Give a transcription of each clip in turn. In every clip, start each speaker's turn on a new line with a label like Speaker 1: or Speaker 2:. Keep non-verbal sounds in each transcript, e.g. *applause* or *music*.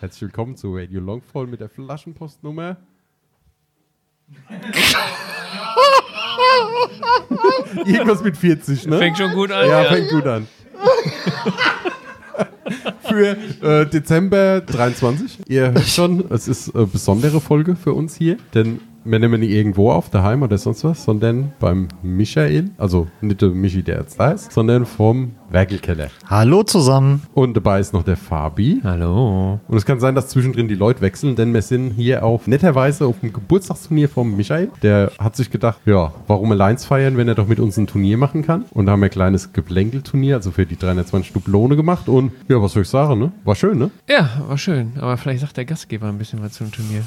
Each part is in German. Speaker 1: Herzlich willkommen zu Radio Longfall mit der Flaschenpostnummer. Irgendwas mit 40, ne?
Speaker 2: Fängt schon gut an.
Speaker 1: ja,
Speaker 2: Ja,
Speaker 1: fängt gut an. *laughs* für äh, Dezember 23. Ihr hört schon, es ist eine besondere Folge für uns hier, denn wir nehmen nicht irgendwo auf, daheim oder sonst was, sondern beim Michael, also nicht der Michi, der jetzt da ist, sondern vom Werkelkeller.
Speaker 3: Hallo zusammen.
Speaker 1: Und dabei ist noch der Fabi.
Speaker 2: Hallo.
Speaker 1: Und es kann sein, dass zwischendrin die Leute wechseln, denn wir sind hier auf netterweise auf dem Geburtstagsturnier vom Michael. Der hat sich gedacht, ja, warum Alliance feiern, wenn er doch mit uns ein Turnier machen kann? Und da haben wir ein kleines Geplänkelturnier, also für die 320 Dublone gemacht. Und ja, was soll ich sagen, ne? War schön, ne?
Speaker 2: Ja, war schön. Aber vielleicht sagt der Gastgeber ein bisschen was zum
Speaker 1: *laughs*
Speaker 2: Turnier.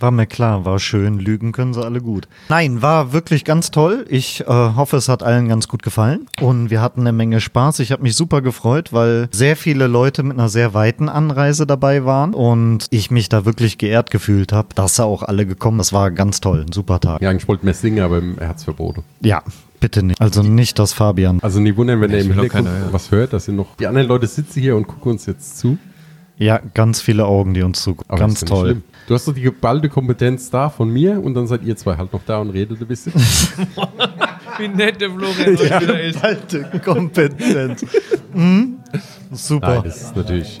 Speaker 3: War mir klar, war schön. Lügen können sie alle gut. Nein, war wirklich ganz toll. Ich äh, hoffe, es hat allen ganz gut gefallen. Und wir hatten eine Menge Spaß. Ich habe mich super gefreut, weil sehr viele Leute mit einer sehr weiten Anreise dabei waren. Und ich mich da wirklich geehrt gefühlt habe, dass da auch alle gekommen Es war ganz toll. Ein super Tag.
Speaker 1: Ja, eigentlich wollte mehr singen, aber er hat's verboten.
Speaker 3: ja bitte nicht. Also nicht das Fabian.
Speaker 1: Also nie wundern, wenn
Speaker 2: Ja,
Speaker 1: er
Speaker 2: ich
Speaker 1: im
Speaker 2: will auch
Speaker 1: Hintergrund
Speaker 2: keiner, ja.
Speaker 1: was hört, dass sind noch die anderen Leute sitzen hier und gucken uns jetzt zu.
Speaker 3: Ja, ganz viele Augen, die uns zugucken.
Speaker 1: Aber
Speaker 3: Ganz
Speaker 1: ist ja nicht
Speaker 3: toll.
Speaker 1: schlimm. Du hast doch die geballte Kompetenz da von mir und dann seid ihr zwei halt noch da und redet ein bisschen.
Speaker 2: Wie nett der Florian heute wieder ist.
Speaker 3: *laughs* Alte Kompetenz. Mhm. Super.
Speaker 1: Nein, das ist natürlich.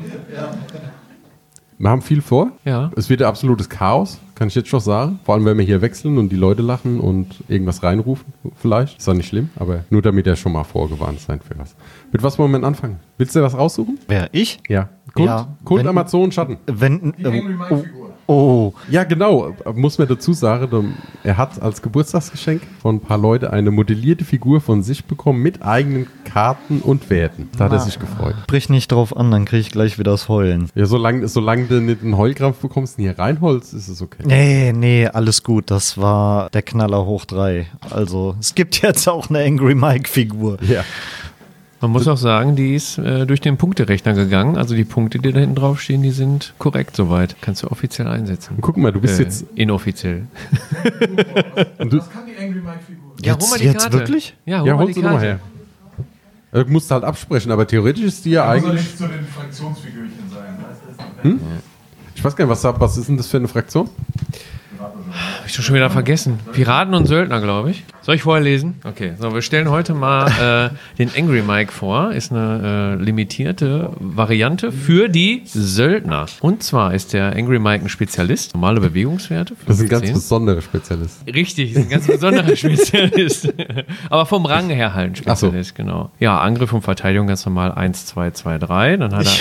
Speaker 1: Wir haben viel vor.
Speaker 2: Ja.
Speaker 1: Es wird ein absolutes Chaos, kann ich jetzt schon sagen. Vor allem, wenn wir hier wechseln und die Leute lachen und irgendwas reinrufen, vielleicht. Ist ja nicht schlimm, aber nur damit ihr schon mal vorgewarnt seid für was. Mit was wollen wir denn anfangen? Willst du dir was raussuchen?
Speaker 3: Wer, ich?
Speaker 1: Ja. Kult,
Speaker 3: Ja,
Speaker 1: Kult
Speaker 3: wenn-
Speaker 1: Amazon Schatten.
Speaker 3: Wenn, ähm, oh, oh,
Speaker 1: Ja, genau. Muss man dazu sagen, dem- er hat als Geburtstagsgeschenk von ein paar Leuten eine modellierte Figur von sich bekommen mit eigenen Karten und Werten. Da hat er sich gefreut.
Speaker 3: brich nicht drauf an, dann kriege ich gleich wieder das Heulen.
Speaker 1: Ja, solange, solange du nicht einen Heulkrampf bekommst und hier reinholst, ist es okay.
Speaker 3: Nee, nee, alles gut. Das war der Knaller hoch drei. Also, es gibt jetzt auch eine Angry Mike-Figur.
Speaker 1: Ja.
Speaker 2: Man muss auch sagen, die ist äh, durch den Punkterechner gegangen. Also die Punkte, die da hinten drauf stehen, die sind korrekt soweit. Kannst du offiziell einsetzen.
Speaker 1: Guck mal, du bist
Speaker 2: Äh,
Speaker 1: jetzt.
Speaker 2: inoffiziell.
Speaker 1: *laughs*
Speaker 3: Jetzt, jetzt wirklich?
Speaker 2: Ja, hol
Speaker 1: Ja,
Speaker 2: mal
Speaker 1: holst
Speaker 2: die
Speaker 1: du nochmal
Speaker 2: Karte.
Speaker 1: her. Du musst halt absprechen, aber theoretisch ist die ja
Speaker 4: Muss ja
Speaker 1: eigentlich.
Speaker 4: nicht zu den Fraktionsfigürchen sein. weißt du?
Speaker 5: ne?
Speaker 1: Ich weiß gar nicht, was, was ist denn das für eine Fraktion?
Speaker 2: Hab ich doch schon wieder vergessen. Piraten und Söldner, glaube ich. Soll ich vorher lesen? Okay, so, wir stellen heute mal äh, den Angry Mike vor. Ist eine äh, limitierte Variante für die Söldner. Und zwar ist der Angry Mike ein Spezialist. Normale Bewegungswerte.
Speaker 1: Das ist ein ganz
Speaker 2: 15.
Speaker 1: besonderer Spezialist.
Speaker 2: Richtig, ist ein
Speaker 1: *laughs*
Speaker 2: ganz besonderer Spezialist. Aber vom Rang her halt ein Spezialist, genau. Ja, Angriff und Verteidigung ganz normal 1, 2, 2, 3. Dann hat er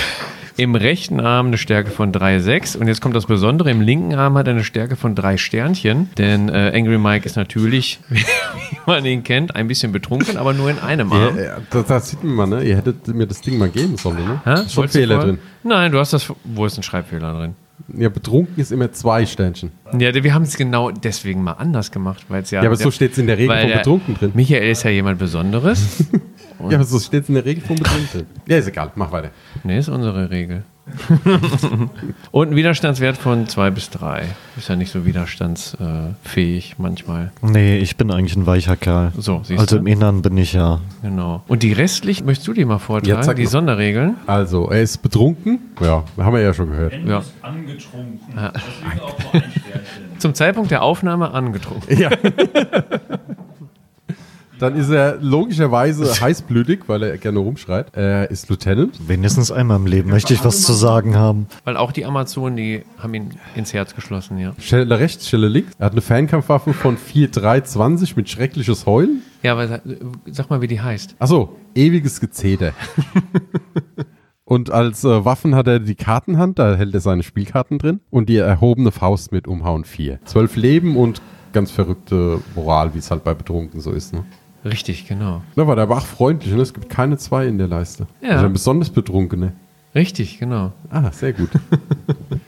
Speaker 2: im rechten Arm eine Stärke von 3, 6. Und jetzt kommt das Besondere, im linken Arm hat er eine Stärke von 3 Sternchen. Denn äh, Angry Mike ist natürlich, *laughs* wie man ihn kennt, ein bisschen betrunken, aber nur in einem Arm.
Speaker 1: Ja, das, das sieht man mal, ne? Ihr hättet mir das Ding mal geben sollen, ne?
Speaker 2: Hä?
Speaker 1: Ist schon
Speaker 2: Wolltest du
Speaker 1: Fehler
Speaker 2: vorher-
Speaker 1: drin.
Speaker 2: Nein, du hast das. Wo ist ein Schreibfehler drin?
Speaker 1: Ja, betrunken ist immer zwei Sternchen.
Speaker 2: Ja, wir haben es genau deswegen mal anders gemacht, weil es ja.
Speaker 1: Ja, aber so steht's in der Regel
Speaker 2: weil
Speaker 1: vom
Speaker 2: der-
Speaker 1: Betrunken drin.
Speaker 2: Michael ist ja jemand Besonderes.
Speaker 1: Ja, aber so steht's in der Regel vom Betrunken drin. Ja, ist egal, mach weiter.
Speaker 2: Nee, ist unsere Regel. *laughs* Und ein Widerstandswert von 2 bis 3. Ist ja nicht so widerstandsfähig manchmal.
Speaker 3: Nee, ich bin eigentlich ein weicher Kerl.
Speaker 2: So, siehst
Speaker 3: also
Speaker 2: du.
Speaker 3: im Innern bin ich ja.
Speaker 2: Genau. Und die restlichen, möchtest du die mal
Speaker 1: Ja,
Speaker 2: vortragen?
Speaker 1: zeig
Speaker 2: die
Speaker 1: mal.
Speaker 2: Sonderregeln?
Speaker 1: Also, er ist betrunken. Ja, haben wir ja schon gehört.
Speaker 2: Ja.
Speaker 4: Angetrunken. Deswegen auch nur ein Sternchen.
Speaker 2: Zum Zeitpunkt der Aufnahme angetrunken.
Speaker 1: Ja. Dann ist er logischerweise heißblütig, weil er gerne rumschreit. Er ist Lieutenant.
Speaker 3: Wenigstens einmal im Leben möchte ich was zu sagen haben.
Speaker 2: Weil auch die Amazonen, die haben ihn ins Herz geschlossen, ja.
Speaker 1: Schelle rechts, Schelle links. Er hat eine Fernkampfwaffe von 4.320 mit schreckliches Heulen.
Speaker 2: Ja, aber sag, sag mal, wie die heißt.
Speaker 1: Achso, ewiges Gezeter. Und als äh, Waffen hat er die Kartenhand, da hält er seine Spielkarten drin. Und die erhobene Faust mit Umhauen 4. Zwölf Leben und ganz verrückte Moral, wie es halt bei Betrunken so ist. Ne?
Speaker 2: Richtig, genau.
Speaker 1: Na, war der war auch freundlich und es gibt keine zwei in der Leiste.
Speaker 2: Ja.
Speaker 1: Also ein besonders Betrunkene.
Speaker 2: Richtig, genau.
Speaker 1: Ah, sehr gut. *laughs*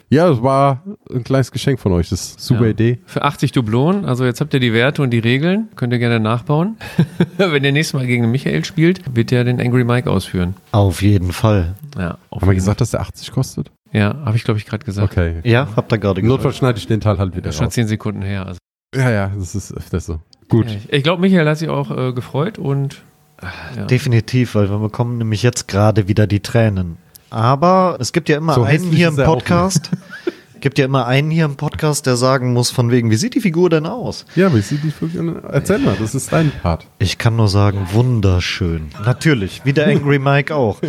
Speaker 1: ja, das war ein kleines Geschenk von euch. Das ist eine super
Speaker 2: Ja.
Speaker 1: Idee.
Speaker 2: Für 80 Dublonen, also jetzt habt ihr die Werte und die Regeln, könnt ihr gerne nachbauen. *laughs* Wenn ihr nächstes Mal gegen den Michael spielt, wird der den Angry Mike ausführen.
Speaker 3: Auf jeden Fall.
Speaker 1: Haben wir
Speaker 2: Ja, auf jeden Fall.
Speaker 1: gesagt, dass der 80 kostet?
Speaker 2: Ja, habe ich glaube ich gerade gesagt.
Speaker 1: Okay.
Speaker 3: Ja, habt ihr gerade
Speaker 1: Im
Speaker 3: gesagt.
Speaker 1: Notfall schneide ich den Teil halt wieder
Speaker 2: Das ist schon
Speaker 1: raus.
Speaker 2: 10 Sekunden her. Also.
Speaker 1: Ja, ja, das ist öfter so. Gut.
Speaker 2: Ja, ich ich glaube, Michael hat sich auch äh, gefreut und
Speaker 3: Definitiv, weil wir bekommen nämlich jetzt gerade wieder die Tränen. Aber es gibt ja immer
Speaker 1: So
Speaker 3: einen
Speaker 1: hässlich
Speaker 3: hier im
Speaker 1: ist er auch nicht. *laughs*
Speaker 3: Podcast. gibt ja immer einen hier im Podcast, der sagen muss, von wegen, wie sieht die Figur denn aus?
Speaker 1: Ja, wie sieht die Figur- Erzähl mal, das ist dein Part.
Speaker 3: Ich kann nur sagen, wunderschön. Natürlich, wie der Angry Mike auch.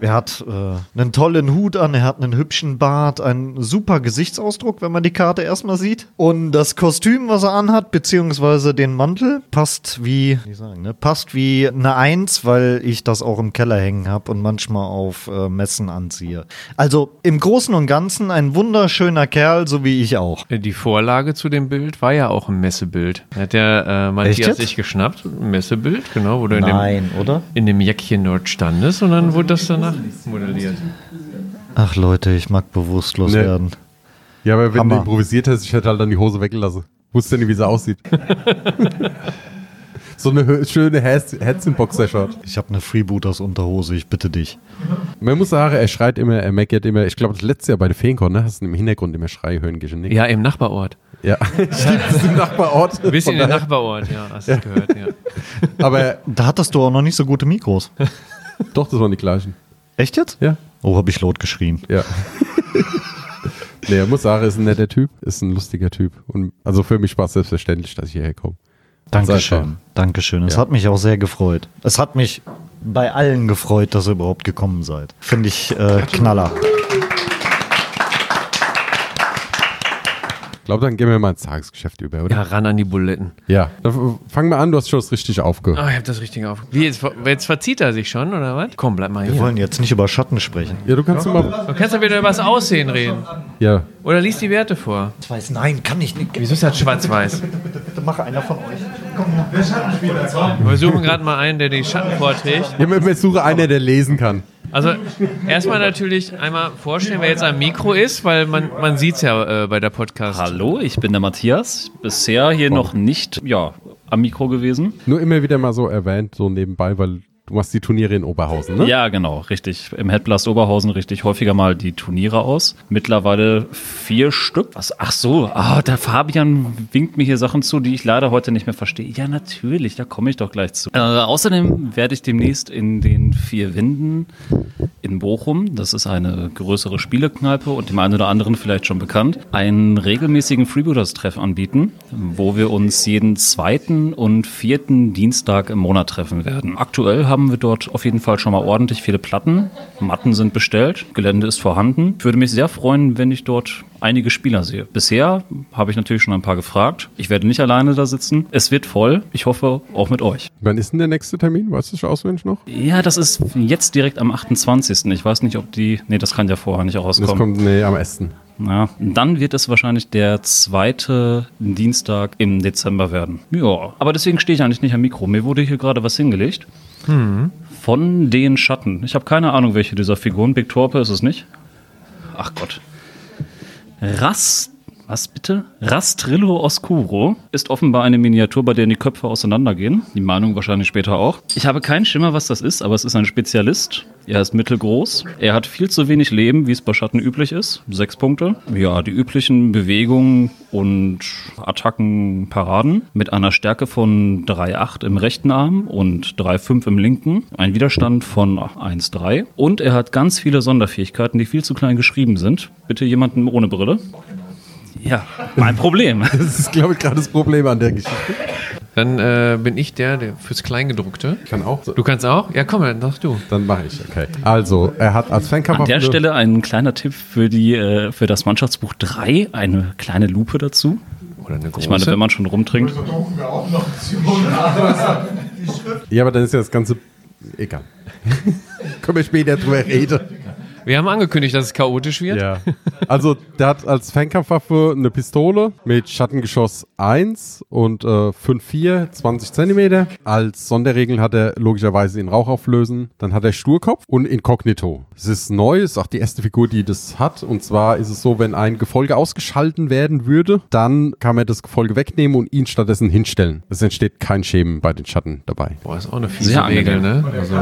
Speaker 3: Er hat äh, einen tollen Hut an, er hat einen hübschen Bart, einen super Gesichtsausdruck, wenn man die Karte erstmal sieht. Und das Kostüm, was er anhat, beziehungsweise den Mantel, passt wie, wie sagen, ne, passt wie eine Eins, weil ich das auch im Keller hängen habe und manchmal auf äh, Messen anziehe. Also im Großen und Ganzen ein wunderschöner Kerl, so wie ich auch.
Speaker 2: äh, die Vorlage zu dem Bild war ja auch ein Messebild. Hat der äh,
Speaker 3: Echt
Speaker 2: Matthias
Speaker 3: jetzt?
Speaker 2: sich geschnappt, ein Messebild, genau, wo du in dem,
Speaker 3: Nein, oder?
Speaker 2: in dem Jäckchen dort standest und dann wurde das danach modelliert.
Speaker 3: Ach Leute, ich mag bewusstlos
Speaker 1: Nee.
Speaker 3: werden.
Speaker 1: Ja, aber wenn
Speaker 3: Hammer.
Speaker 1: du improvisiert hast, ich hätte halt dann die Hose weggelassen. Wusste ja nicht, wie sie aussieht. so eine hö- schöne Herzchen-Boxer-Shot.
Speaker 3: Ich habe eine Freebooters Unterhose, ich bitte dich.
Speaker 1: Man muss sagen, er schreit immer, er meckert immer. Ich glaube, das letzte Jahr bei der Feenkon, ne, hast du im Hintergrund immer Schrei hören geschnitten.
Speaker 2: Ja, im Nachbarort.
Speaker 1: ja. *laughs* Stimmt, das ist im Nachbarort.
Speaker 2: Ein bisschen
Speaker 1: Von
Speaker 2: im
Speaker 1: daher-
Speaker 2: Nachbarort, ja, *laughs* hast du gehört, ja.
Speaker 1: Aber
Speaker 3: Da hattest du auch noch nicht so gute
Speaker 2: *laughs*
Speaker 3: Mikros.
Speaker 1: doch, das waren die gleichen.
Speaker 3: Echt jetzt?
Speaker 1: Ja,
Speaker 3: Oh, habe ich laut geschrien.
Speaker 1: ja. *laughs* nee, ich muss sagen, ist ein netter Typ, ist ein lustiger Typ. Und also für mich war es selbstverständlich, dass ich hierher komme. Sei
Speaker 3: Dankeschön. Dankeschön. Es
Speaker 1: Ja.
Speaker 3: hat mich auch sehr gefreut. Es hat mich bei allen gefreut, dass ihr überhaupt gekommen seid. Finde ich äh, knaller.
Speaker 1: Ich glaube, dann gehen wir mal ins Tagesgeschäft über, oder?
Speaker 2: Ja, ran an die Buletten.
Speaker 1: Ja. Dann fangen wir an, du hast schon das richtig aufgehört.
Speaker 2: Ah, ich hab das richtig auf. Wie, jetzt, ver- jetzt verzieht er sich schon, oder was? Komm, bleib mal
Speaker 3: Wir
Speaker 2: hier.
Speaker 3: wollen jetzt nicht über Schatten sprechen.
Speaker 1: Ja, du kannst ja, mal.
Speaker 2: Du kannst ja wieder über das Aussehen reden.
Speaker 1: Ja.
Speaker 2: Oder lies die Werte vor.
Speaker 3: Ich weiß, nein, kann ich nicht.
Speaker 2: Wieso ist das schwarz-weiß?
Speaker 3: Bitte mach einer von euch.
Speaker 2: Wir suchen gerade mal einen, der die Schatten vorträgt.
Speaker 1: Ja, wir- wir suchen einer, der lesen kann.
Speaker 2: Also erstmal natürlich einmal vorstellen, wer jetzt am Mikro ist, weil man, man sieht es ja äh, bei der Podcast.
Speaker 4: Hallo, ich bin der Matthias. Bisher hier noch nicht ja, am Mikro gewesen.
Speaker 1: Nur immer wieder mal so erwähnt, so nebenbei, weil du machst die Turniere in Oberhausen, ne?
Speaker 4: Ja, genau, richtig. Im Headblast Oberhausen richtig häufiger mal die Turniere aus. Mittlerweile vier Stück. Was? Ach so, ah, der Fabian winkt mir hier Sachen zu, die ich leider heute nicht mehr verstehe. Ja, natürlich, da komme ich doch gleich zu. Äh, außerdem werde ich demnächst in den vier Winden in Bochum, das ist eine größere Spielekneipe und dem einen oder anderen vielleicht schon bekannt, einen regelmäßigen Freebooters-Treff anbieten, wo wir uns jeden zweiten und vierten Dienstag im Monat treffen werden. Aktuell haben wir dort auf jeden Fall schon mal ordentlich viele Platten. Matten sind bestellt, Gelände ist vorhanden. Ich würde mich sehr freuen, wenn ich dort einige Spieler sehe. Bisher habe ich natürlich schon ein paar gefragt. Ich werde nicht alleine da sitzen. Es wird voll. Ich hoffe auch mit euch.
Speaker 1: Wann ist denn der nächste Termin? Weißt du schon auswendig noch?
Speaker 4: Ja, das ist jetzt direkt am 28. Ich weiß nicht, ob die. Nee, das kann ja vorher nicht
Speaker 1: Das
Speaker 4: rauskommen.
Speaker 1: kommt, nee, am Essen.
Speaker 4: Ja, dann wird es wahrscheinlich der zweite Dienstag im Dezember werden. Ja, aber deswegen stehe ich eigentlich nicht am Mikro. Mir wurde hier gerade was hingelegt.
Speaker 1: Hm.
Speaker 4: Von den Schatten. Ich habe keine Ahnung, welche dieser Figuren. Big Torpe ist es nicht. Ach Gott. Ras. Was bitte? Rastrillo Oscuro ist offenbar eine Miniatur, bei der die Köpfe auseinandergehen. Die Meinung wahrscheinlich später auch. Ich habe keinen Schimmer, was das ist, aber es ist ein Spezialist. Er ist mittelgroß. Er hat viel zu wenig Leben, wie es bei Schatten üblich ist. Sechs Punkte. Ja, die üblichen Bewegungen und Attacken, Paraden. Mit einer Stärke von 3,8 im rechten Arm und 3,5 im linken. Ein Widerstand von 1,3. Und er hat ganz viele Sonderfähigkeiten, die viel zu klein geschrieben sind. Bitte jemanden ohne Brille. Ja, mein Problem.
Speaker 1: *laughs* Das ist, glaube ich, gerade das Problem an der Geschichte.
Speaker 2: Dann äh, bin ich der, der fürs Kleingedruckte.
Speaker 1: Kann auch. So.
Speaker 2: Du kannst auch? Ja, komm, dann sag du.
Speaker 1: Dann mache ich, okay. Also, er hat als Fankampf.
Speaker 4: An der Stelle ein kleiner Tipp für, die, äh, für das Mannschaftsbuch 3, eine kleine Lupe dazu.
Speaker 2: Oder eine große.
Speaker 4: Ich meine, wenn man schon rumtrinkt.
Speaker 1: *laughs* Ja, aber dann ist ja das Ganze. Egal. Können wir später drüber reden.
Speaker 2: Wir haben angekündigt, dass es chaotisch wird.
Speaker 1: Ja. Also, der hat als Fernkampfwaffe eine Pistole mit Schattengeschoss 1 und äh, 5,4, 20 Zentimeter. Als Sonderregel hat er logischerweise den Rauch auflösen. Dann hat er Sturkopf und Inkognito. Es ist neu, ist auch die erste Figur, die das hat. Und zwar ist es so, wenn ein Gefolge ausgeschalten werden würde, dann kann man das Gefolge wegnehmen und ihn stattdessen hinstellen. Es entsteht kein Schämen bei den Schatten dabei.
Speaker 2: Boah, ist auch eine fiese
Speaker 4: Sehr
Speaker 2: Regel,
Speaker 4: angenehm.
Speaker 2: ne? Also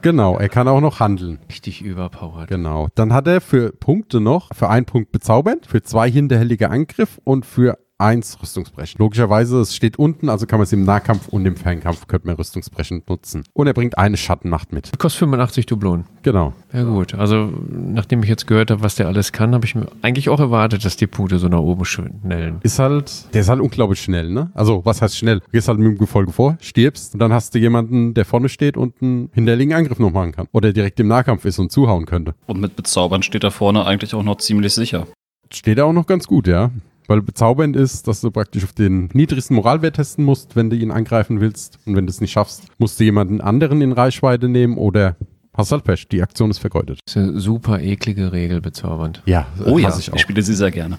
Speaker 1: Genau, er kann auch noch handeln.
Speaker 2: richtig überpowered.
Speaker 1: Genau. Dann hat er für Punkte noch, für einen Punkt bezaubernd, für zwei hinterhältiger Angriff und für eins Rüstungsbrechen. Logischerweise, es steht unten, also kann man es im Nahkampf und im Fernkampf, könnte man Rüstungsbrechen nutzen. Und er bringt eine Schattenmacht mit.
Speaker 2: Kostet 85 Dublonen.
Speaker 1: Genau.
Speaker 2: Ja gut, also nachdem ich jetzt gehört habe, was der alles kann, habe ich mir eigentlich auch erwartet, dass die Pute so nach oben schnellen.
Speaker 1: Ist halt, der ist halt unglaublich schnell, ne? Also, was heißt schnell? Du gehst halt mit dem Gefolge vor, stirbst und dann hast du jemanden, der vorne steht und einen hinterliegenden Angriff noch machen kann. Oder direkt im Nahkampf ist und zuhauen könnte.
Speaker 4: Und mit Bezaubern steht da vorne eigentlich auch noch ziemlich sicher.
Speaker 1: Steht er auch noch ganz gut, ja. Weil bezaubernd ist, dass du praktisch auf den niedrigsten Moralwert testen musst, wenn du ihn angreifen willst. Und wenn du es nicht schaffst, musst du jemanden anderen in Reichweite nehmen oder hast halt Pech. Die Aktion ist vergeudet.
Speaker 2: Das ist eine super eklige Regel bezaubernd.
Speaker 1: Ja,
Speaker 4: Oh ja,
Speaker 1: hasse
Speaker 4: ich,
Speaker 1: ich auch.
Speaker 4: spiele sie sehr gerne.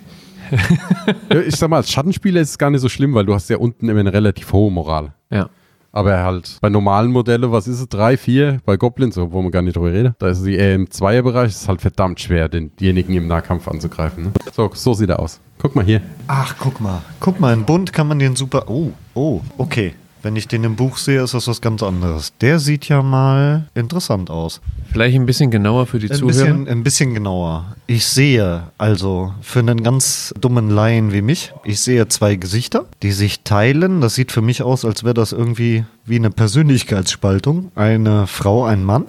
Speaker 1: Ja, Ich sag mal, als Schattenspieler ist es gar nicht so schlimm, weil du hast ja unten immer eine relativ hohe Moral.
Speaker 2: Ja.
Speaker 1: Aber halt bei normalen Modelle, was ist es, drei, vier, bei Goblins, wo man gar nicht drüber redet, da ist sie eher im Zweierbereich, ist halt verdammt schwer, denjenigen im Nahkampf anzugreifen. Ne? So, so sieht er aus. Guck mal hier.
Speaker 3: Ach, guck mal. Guck mal, in Bunt kann man den super. Oh, oh, okay. Wenn ich den im Buch sehe, ist das was ganz anderes. Der sieht ja mal interessant aus.
Speaker 2: Vielleicht ein bisschen genauer für die
Speaker 3: Ein
Speaker 2: Zuhörer.
Speaker 3: bisschen, ein bisschen genauer. Ich sehe also für einen ganz dummen Laien wie mich, ich sehe zwei Gesichter, die sich teilen. Das sieht für mich aus, als wäre das irgendwie wie eine Persönlichkeitsspaltung. Eine Frau, ein Mann.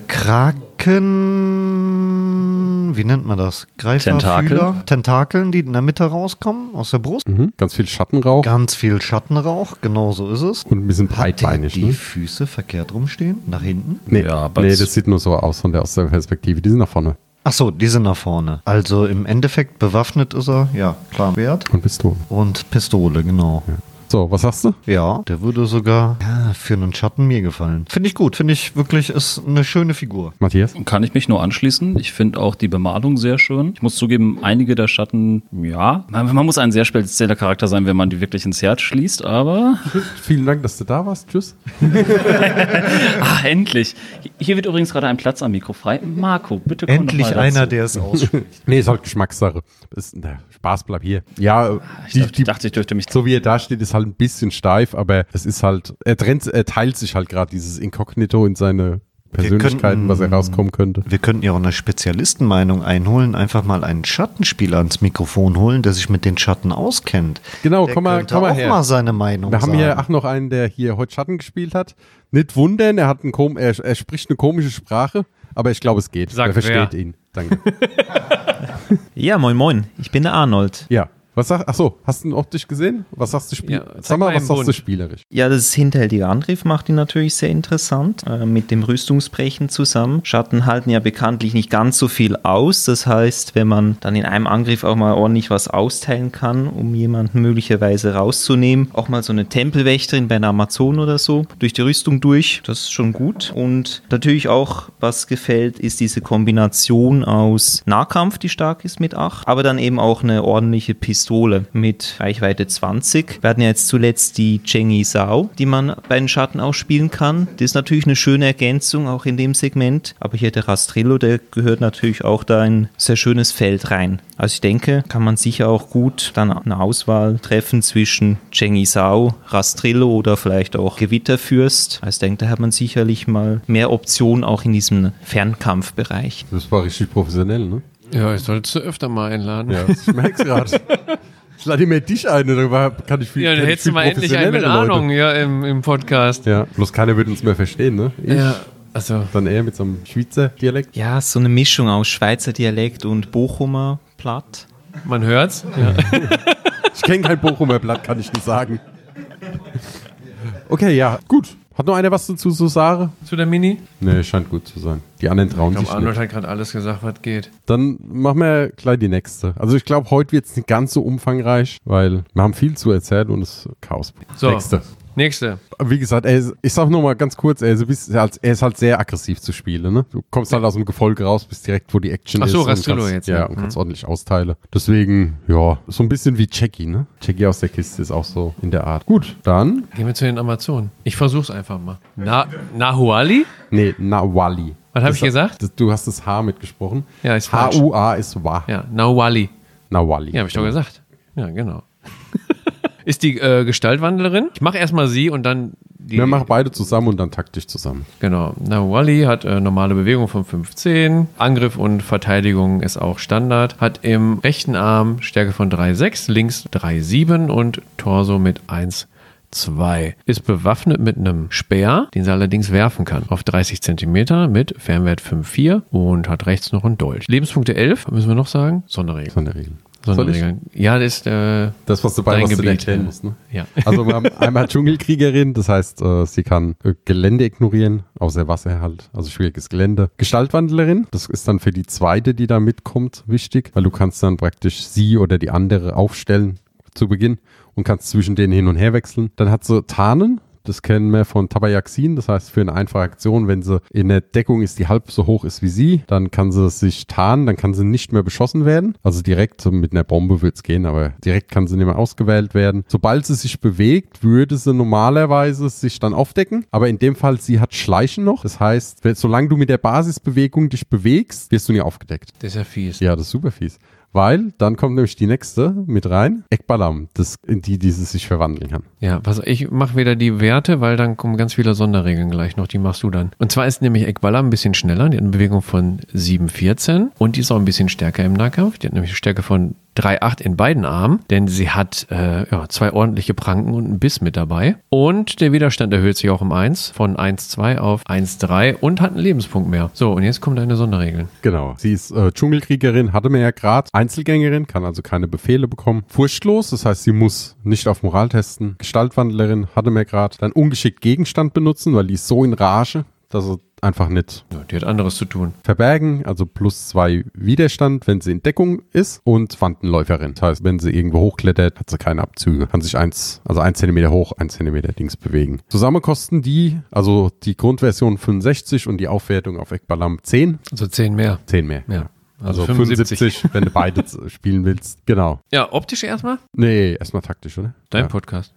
Speaker 3: Kraken. Wie nennt man das? Greifer,
Speaker 4: Tentakel?
Speaker 3: Fühler, Tentakeln, die in der Mitte rauskommen, aus der Brust.
Speaker 1: Mhm. Ganz viel Schattenrauch
Speaker 3: Ganz viel Schattenrauch, genau so ist es.
Speaker 1: und ein bisschen
Speaker 3: Hat der
Speaker 1: breitbeinig.
Speaker 3: die
Speaker 1: Ne?
Speaker 3: Füße verkehrt rumstehen? Nach hinten?
Speaker 1: Nee,
Speaker 4: Ja, aber
Speaker 1: nee
Speaker 4: das-
Speaker 1: das sieht nur so aus von der aus der Perspektive. Die sind nach vorne.
Speaker 3: Ach so, die sind nach vorne. Also im Endeffekt bewaffnet ist er, ja, klar, wert.
Speaker 1: Und Pistole.
Speaker 3: Und Pistole, genau.
Speaker 1: So, was sagst du?
Speaker 3: Ja, der würde sogar ja, für einen Schatten mir gefallen. Finde ich gut, finde ich wirklich, ist eine schöne Figur.
Speaker 1: Matthias?
Speaker 4: Kann ich mich nur anschließen. Ich finde auch die Bemalung sehr schön. Ich muss zugeben, einige der Schatten, ja, man, man muss ein sehr spezieller Charakter sein, wenn man die wirklich ins Herz schließt, aber *laughs*
Speaker 1: Vielen Dank, dass du da warst. Tschüss.
Speaker 4: ah, endlich. Hier wird übrigens gerade ein Platz am Mikro frei. Marco, bitte komm
Speaker 3: Endlich
Speaker 4: doch mal
Speaker 3: einer,
Speaker 4: dazu.
Speaker 3: der es ausspricht.
Speaker 1: Nee, ist halt Geschmackssache. Ist, na, Spaß bleibt hier. Ja,
Speaker 4: Ich
Speaker 1: die,
Speaker 4: dachte,
Speaker 1: die,
Speaker 4: ich dachte, ich dürfte mich
Speaker 1: so wie er da steht, ist halt ein bisschen steif, aber es ist halt, er, trennt, er teilt sich halt gerade dieses Inkognito in seine Persönlichkeiten,
Speaker 3: könnten-
Speaker 1: was er rauskommen könnte.
Speaker 3: Wir könnten ja auch eine Spezialistenmeinung einholen, einfach mal einen Schattenspieler ans Mikrofon holen, der sich mit den Schatten auskennt.
Speaker 1: Genau,
Speaker 3: der
Speaker 1: komm mal,
Speaker 3: könnte
Speaker 1: komm mal
Speaker 3: auch
Speaker 1: her.
Speaker 3: mal seine Meinung
Speaker 1: Wir haben
Speaker 3: sagen.
Speaker 1: hier auch noch einen, der hier heute Schatten gespielt hat. Nicht wundern, er, hat einen kom er, er spricht eine komische Sprache, aber ich glaube, es geht.
Speaker 2: Sag
Speaker 1: er versteht
Speaker 2: wer.
Speaker 1: ihn. Danke. *laughs*
Speaker 6: Ja, moin moin, ich bin der Arnold.
Speaker 1: Ja. Was sag, ach so, hast du ihn optisch gesehen? Was sagst du
Speaker 2: Ja,
Speaker 1: spielerisch?
Speaker 2: zeig
Speaker 1: sag mal,
Speaker 2: mal
Speaker 1: was
Speaker 2: einen
Speaker 1: sagst du
Speaker 2: Bund.
Speaker 1: spielerisch?
Speaker 6: Ja, das hinterhältige Angriff macht ihn natürlich sehr interessant, äh, mit dem Rüstungsbrechen zusammen. Schatten halten ja bekanntlich nicht ganz so viel aus, das heißt, wenn man dann in einem Angriff auch mal ordentlich was austeilen kann, um jemanden möglicherweise rauszunehmen, auch mal so eine Tempelwächterin bei einer Amazon oder so, durch die Rüstung durch, das ist schon gut. Und natürlich auch, was gefällt, ist diese Kombination aus Nahkampf, die stark ist mit 8, aber dann eben auch eine ordentliche Pistole mit Reichweite 20. Wir hatten ja jetzt zuletzt die Chengi Sao, die man bei den Schatten auch spielen kann. Die ist natürlich eine schöne Ergänzung auch in dem Segment, aber hier der Rastrillo, der gehört natürlich auch da in ein sehr schönes Feld rein. Also ich denke, kann man sicher auch gut dann eine Auswahl treffen zwischen Chengi Sao, Rastrillo oder vielleicht auch Gewitterfürst. Also ich denke, da hat man sicherlich mal mehr Optionen auch in diesem Fernkampfbereich.
Speaker 1: Das war richtig professionell, ne?
Speaker 2: Ja, ich sollte sie öfter mal einladen.
Speaker 1: Ja, ich merk's *laughs* gerade. Ich lade mir dich ein, darüber kann ich viel
Speaker 2: Ja, dann
Speaker 1: kenn ich
Speaker 2: hättest du
Speaker 1: viel
Speaker 2: mal endlich einen mit
Speaker 1: professionellere
Speaker 2: Ahnung ja, im, im Podcast.
Speaker 1: Leute. Ja, bloß keiner würde uns mehr verstehen, ne? Ich,
Speaker 2: Ja, also
Speaker 1: Dann eher mit so einem Schweizer Dialekt.
Speaker 6: Ja, so eine Mischung aus Schweizer Dialekt und Bochumer Platt.
Speaker 2: man hört's.
Speaker 1: Ich kenne kein Bochumer Blatt, kann ich nicht sagen. Okay, ja, gut. Hat noch einer was dazu zu sagen?
Speaker 2: Zu der Mini.
Speaker 1: Nee, scheint gut zu sein. Die anderen trauen
Speaker 2: Ich
Speaker 1: sich
Speaker 2: glaube,
Speaker 1: nicht.
Speaker 2: Arnold hat gerade alles gesagt, was geht.
Speaker 1: Dann machen wir gleich die nächste. Also ich glaube, heute wird es nicht ganz so umfangreich, weil wir haben viel zu erzählen und es ist Chaos.
Speaker 2: So.
Speaker 1: Nächste.
Speaker 2: Nächste.
Speaker 1: Wie gesagt, er ist, ich sag nur mal ganz kurz, er ist, ein bisschen- er ist- er ist halt sehr aggressiv zu spielen. Ne? Du kommst halt aus dem Gefolge raus, bist direkt, wo die Action
Speaker 2: Ach so,
Speaker 1: ist. und
Speaker 2: Rastrillo
Speaker 1: kannst-
Speaker 2: jetzt, ne?
Speaker 1: Ja, und kannst ordentlich austeilen. Deswegen, ja, so ein bisschen wie Jackie, ne? Jackie aus der Kiste ist auch so in der Art. Gut, dann,
Speaker 2: Gehen wir zu den Amazonen. Ich versuch's einfach mal. Na, Nahuali?
Speaker 1: nee, Nawali.
Speaker 2: Was hab
Speaker 1: Das-
Speaker 2: ich gesagt?
Speaker 1: Das, du hast das H mitgesprochen.
Speaker 2: Ja, ist falsch.
Speaker 1: H-U-A ist Wa.
Speaker 2: Ja, Nahuali.
Speaker 1: Nawali.
Speaker 2: Ja, habe ich doch gesagt. Ja, genau. *laughs* Ist die äh, Gestaltwandlerin. Ich mache erstmal sie und dann die.
Speaker 1: Wir machen beide zusammen und dann taktisch zusammen.
Speaker 2: Genau. Na, Wally hat äh, normale Bewegung von 15. Angriff und Verteidigung ist auch Standard. Hat im rechten Arm Stärke von 3,6, links 3,7 und Torso mit 1,2. Ist bewaffnet mit einem Speer, den sie allerdings werfen kann, auf 30 Zentimeter mit Fernwert 5,4 und hat rechts noch einen Dolch. Lebenspunkte 11, müssen wir noch sagen? Sonderregel.
Speaker 1: Sonderregeln.
Speaker 2: Sonderregeln. Ja, das ist äh,
Speaker 1: Das, was du bei
Speaker 2: Dein
Speaker 1: was du dir
Speaker 2: Gebiet,
Speaker 1: erklären
Speaker 2: ja.
Speaker 1: musst, ne?
Speaker 2: Ja.
Speaker 1: Also wir haben einmal Dschungelkriegerin, das heißt, äh, sie kann äh, Gelände ignorieren, außer Wasser halt, also schwieriges Gelände. Gestaltwandlerin, das ist dann für die zweite, die da mitkommt, wichtig, weil du kannst dann praktisch sie oder die andere aufstellen zu Beginn und kannst zwischen denen hin und her wechseln. Dann hat sie Tarnen. Das kennen wir von Tabayaxin, das heißt für eine einfache Aktion, wenn sie in der Deckung ist, die halb so hoch ist wie sie, dann kann sie sich tarnen, dann kann sie nicht mehr beschossen werden. Also direkt so mit einer Bombe wird's gehen, aber direkt kann sie nicht mehr ausgewählt werden. Sobald sie sich bewegt, würde sie normalerweise sich dann aufdecken, aber in dem Fall, sie hat Schleichen noch. Das heißt, wenn- solange du mit der Basisbewegung dich bewegst, wirst du nie aufgedeckt.
Speaker 2: das ist ja fies.
Speaker 1: Ja, das ist super fies. Weil dann kommt nämlich die nächste mit rein, Ekbalam, das, in die, die sie sich verwandeln kann.
Speaker 2: Ja, pass, auf, ich mache wieder die Werte, weil dann kommen ganz viele Sonderregeln gleich noch, die machst du dann. Und zwar ist nämlich Ekballa ein bisschen schneller, die hat eine Bewegung von 7,14 und die ist auch ein bisschen stärker im Nahkampf. Die hat nämlich eine Stärke von 3,8 in beiden Armen, denn sie hat äh, ja, zwei ordentliche Pranken und einen Biss mit dabei. Und der Widerstand erhöht sich auch um 1, von 1,2 auf 1,3 und hat einen Lebenspunkt mehr. So, und jetzt kommen deine Sonderregeln.
Speaker 1: Genau. Sie ist äh, Dschungelkriegerin, hatte mir ja gerade. Einzelgängerin, kann also keine Befehle bekommen. Furchtlos, das heißt, sie muss nicht auf Moral testen. Gestaltwandlerin, hatte mir gerade. Dann ungeschickt Gegenstand benutzen, weil die ist so in Rage, dass sie einfach nicht
Speaker 2: Ja, die hat anderes zu tun.
Speaker 1: Verbergen, also plus zwei Widerstand, wenn sie in Deckung ist und Wandenläuferin. Das heißt, wenn sie irgendwo hochklettert, hat sie keine Abzüge. Kann sich eins, also ein Zentimeter hoch, ein Zentimeter links bewegen. Zusammen kosten die, also die Grundversion 65 und die Aufwertung auf Ekbalam 10.
Speaker 2: Also 10 mehr.
Speaker 1: 10 mehr.
Speaker 2: Ja.
Speaker 1: Also, 75. wenn du beide z- spielen willst. Genau.
Speaker 2: Ja, optisch erstmal.
Speaker 1: Nee, erstmal taktisch, oder?
Speaker 2: Dein
Speaker 1: ja.
Speaker 2: Podcast.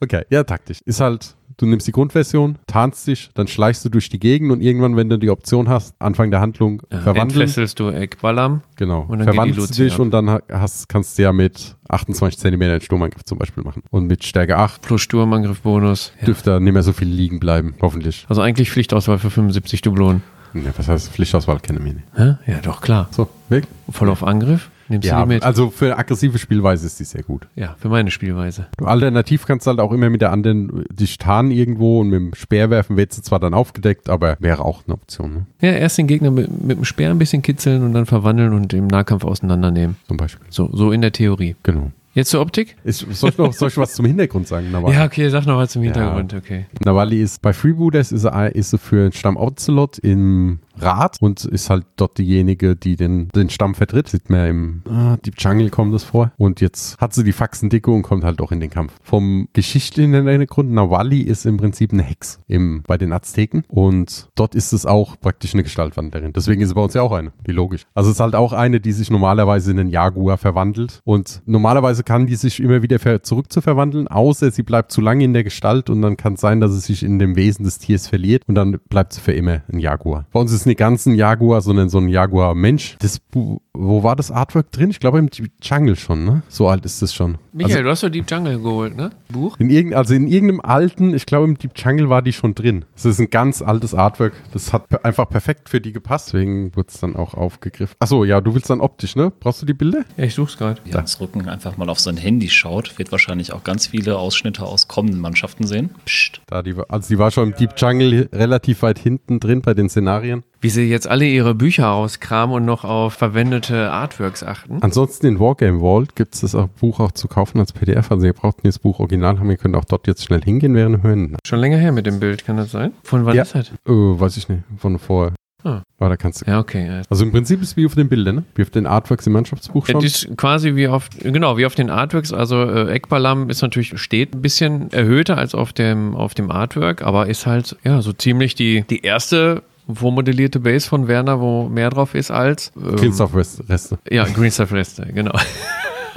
Speaker 1: Okay, ja, taktisch. Ist halt, du nimmst die Grundversion, tarnst dich, dann schleichst du durch die Gegend und irgendwann, wenn du die Option hast, Anfang der Handlung verwandeln.
Speaker 2: Äh, Entfesselst du Ekballam.
Speaker 1: Genau.
Speaker 2: Und dann geht
Speaker 1: Verwandelst
Speaker 2: die
Speaker 1: du
Speaker 2: Luzi
Speaker 1: dich
Speaker 2: ab.
Speaker 1: und dann ha- hast, kannst du ja mit 28 cm einen Sturmangriff zum Beispiel machen. Und mit Stärke 8
Speaker 2: Plus Sturmangriff-Bonus. Ja.
Speaker 1: dürfte da nicht mehr so viel liegen bleiben, hoffentlich.
Speaker 2: Also eigentlich Pflichtauswahl für 75 Dublonen.
Speaker 1: Ja, was heißt Pflichtauswahl? Kenne ich nicht.
Speaker 2: Hä? Ja, doch, klar.
Speaker 1: So, weg.
Speaker 2: Voll auf Angriff. Nimmst
Speaker 1: Ja,
Speaker 2: du die mit?
Speaker 1: also für aggressive Spielweise ist die sehr gut.
Speaker 2: Ja, für meine Spielweise.
Speaker 1: Du alternativ kannst du halt auch immer mit der anderen äh, dich tarnen irgendwo und mit dem Speer werfen wird sie zwar dann aufgedeckt, aber wäre auch eine Option, ne?
Speaker 2: Ja, erst den Gegner mit, mit dem Speer ein bisschen kitzeln und dann verwandeln und im Nahkampf auseinandernehmen.
Speaker 1: zum Beispiel.
Speaker 2: So, so in der Theorie.
Speaker 1: Genau.
Speaker 2: Jetzt zur Optik?
Speaker 1: Ist, soll, ich noch, soll ich was zum Hintergrund sagen? Nawali?
Speaker 2: Ja, okay, sag noch was zum Hintergrund, okay.
Speaker 1: Nawali ist bei Freebooters, ist er, ist er für den Stamm Ocelot im Rat und ist halt dort diejenige, die den, den Stamm vertritt. Sieht man im ah, Deep Jungle kommt das vor. Und jetzt hat sie die Faxen dicke und kommt halt auch in den Kampf. Vom geschichtlichen Hintergrund, Nawali ist im Prinzip eine Hex im, bei den Azteken und dort ist es auch praktisch eine Gestaltwandlerin. Deswegen ist sie bei uns ja auch eine, wie logisch. Also es ist halt auch eine, die sich normalerweise in einen Jaguar verwandelt und normalerweise kann die sich immer wieder ver zurück zu verwandeln, außer sie bleibt zu lange in der Gestalt und dann kann es sein, dass sie sich in dem Wesen des Tiers verliert und dann bleibt sie für immer ein Jaguar. Bei uns ist nicht ganz ein Jaguar, sondern so ein Jaguar-Mensch. Das, Bu- wo war das Artwork drin? Ich glaube im Deep Jungle schon, ne? So alt ist es schon.
Speaker 2: Michael,
Speaker 1: Also
Speaker 2: du hast doch Deep Jungle geholt, ne? Buch?
Speaker 1: in, irgend, also in irgendeinem alten, ich glaube im Deep Jungle war die schon drin. Das ist ein ganz altes Artwork. Das hat per- einfach perfekt für die gepasst, deswegen wurde es dann auch aufgegriffen. Achso, ja, du willst dann optisch, ne? Brauchst du die Bilder?
Speaker 2: Ja, ich such's gerade.
Speaker 7: Ja, das Rücken einfach mal auf sein Handy schaut, wird wahrscheinlich auch ganz viele Ausschnitte aus kommenden Mannschaften sehen. Psst.
Speaker 1: Da die, war- also die war schon im Deep Jungle relativ weit hinten drin bei den Szenarien.
Speaker 2: Wie sie jetzt alle ihre Bücher rauskramen und noch auf verwendete Artworks achten.
Speaker 1: Ansonsten in Wargame Vault gibt es das auch- Buch auch zu kaufen als PDF. Also ihr braucht nicht das Buch original haben, ihr könnt auch dort jetzt schnell hingehen während hören.
Speaker 2: Schon länger her mit dem Bild, kann das Ah. sein? Von wann
Speaker 1: Ja.
Speaker 2: ist das?
Speaker 1: Äh, weiß ich nicht, von vor Aber da kannst du.
Speaker 2: Ja, okay. ja.
Speaker 1: Also im Prinzip ist es wie auf den Bildern, ne? Wie auf den Artworks im Mannschaftsbuch
Speaker 2: Es
Speaker 1: schon.
Speaker 2: ist Äh, quasi wie auf, genau, wie auf den Artworks. Also äh, Ekbalam ist natürlich, steht ein bisschen erhöhter als auf dem, auf dem Artwork, aber ist halt, ja, so ziemlich die, die erste vormodellierte Base von Werner, wo mehr drauf ist als. Ähm,
Speaker 1: Queens of Rest, Reste.
Speaker 2: Ja, Green Stuff Reste, genau.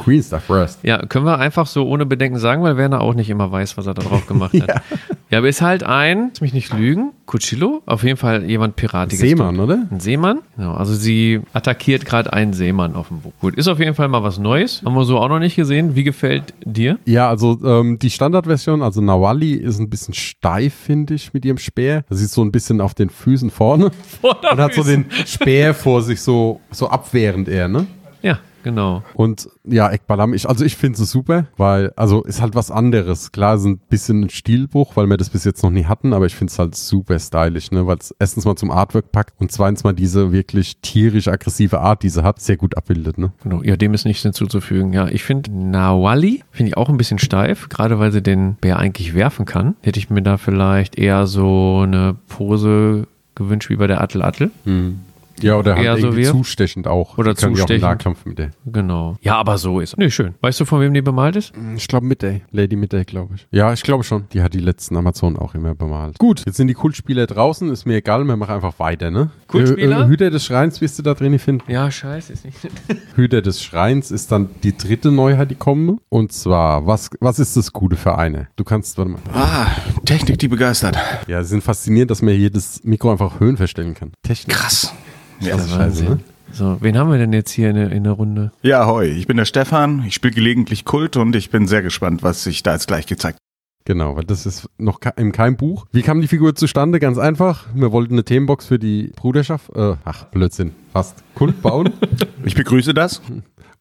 Speaker 1: Queens of Rest.
Speaker 2: Ja, können wir einfach so ohne Bedenken sagen, weil Werner auch nicht immer weiß, was er da drauf gemacht hat. ja. aber ist halt ein, lass mich nicht lügen, Cuchillo, auf jeden Fall jemand Piratiges.
Speaker 1: Seemann, oder?
Speaker 2: Ein Seemann? Genau, also sie attackiert gerade einen Seemann auf dem Boot. Gut, ist auf jeden Fall mal was Neues. Haben wir so auch noch nicht gesehen. Wie gefällt dir?
Speaker 1: Ja, also ähm, die Standardversion, also Nawali ist ein bisschen steif, finde ich, mit ihrem Speer. Sie ist so ein bisschen auf den Füßen vorne und hat so den Speer vor sich, so, so abwehrend eher, ne?
Speaker 2: Ja, genau.
Speaker 1: Und ja, Ekbalam, ich, also ich finde sie super, weil, also ist halt was anderes. Klar, ist ein bisschen ein Stilbruch, weil wir das bis jetzt noch nie hatten, aber ich finde es halt super stylisch, ne? Weil es erstens mal zum Artwork packt und zweitens mal diese wirklich tierisch aggressive Art, die sie hat, sehr gut abbildet, ne?
Speaker 2: genau. Ja, dem ist nichts hinzuzufügen. Ja, ich finde Nawali, finde ich auch ein bisschen steif, gerade weil sie den Bär eigentlich werfen kann. Hätte ich mir da vielleicht eher so eine Pose gewünscht wie bei der Attel Attel.
Speaker 1: Ja, oder halt
Speaker 2: Eher so
Speaker 1: irgendwie
Speaker 2: wie-
Speaker 1: zustechend auch.
Speaker 2: Oder
Speaker 1: Die kann ja auch einen
Speaker 2: zustechend.
Speaker 1: Nahkampf mit der.
Speaker 2: Genau. Ja, aber so ist. Nee, schön. Weißt du, von wem die bemalt ist?
Speaker 1: Hm, Ich glaube Midday. Lady Midday, glaube ich. Ja, ich glaube schon. Die hat die letzten Amazonen auch immer bemalt. Gut, jetzt sind die Kultspieler draußen. Ist mir egal, wir machen einfach weiter, ne?
Speaker 2: Kultspieler?
Speaker 1: Äh, äh, Hüter des Schreins wirst du da drin nicht finden.
Speaker 2: Ja, scheiße, ist nicht.
Speaker 1: Hüter des Schreins ist dann die dritte Neuheit, die kommende. Und zwar, was, was ist das Gute für eine? Du kannst, warte mal.
Speaker 5: Ah, Technik, die begeistert.
Speaker 1: Ja, sie sind faszinierend, dass man hier das Mikro einfach Höhen verstellen kann. Technik.
Speaker 5: Krass.
Speaker 1: Ja, das ist
Speaker 2: Wahnsinn.
Speaker 1: ne?
Speaker 2: So, wen haben wir denn jetzt hier in, der- in der Runde?
Speaker 5: Ja, hoi, ich bin der Stefan, ich spiele gelegentlich Kult und ich bin sehr gespannt, was sich da jetzt gleich gezeigt
Speaker 1: Genau, weil das ist noch ke- in keinem Buch. Wie kam die Figur zustande? Ganz einfach. Wir wollten eine Themenbox für die Bruderschaft, äh, ach, Blödsinn, fast, Kult bauen.
Speaker 5: Ich begrüße das.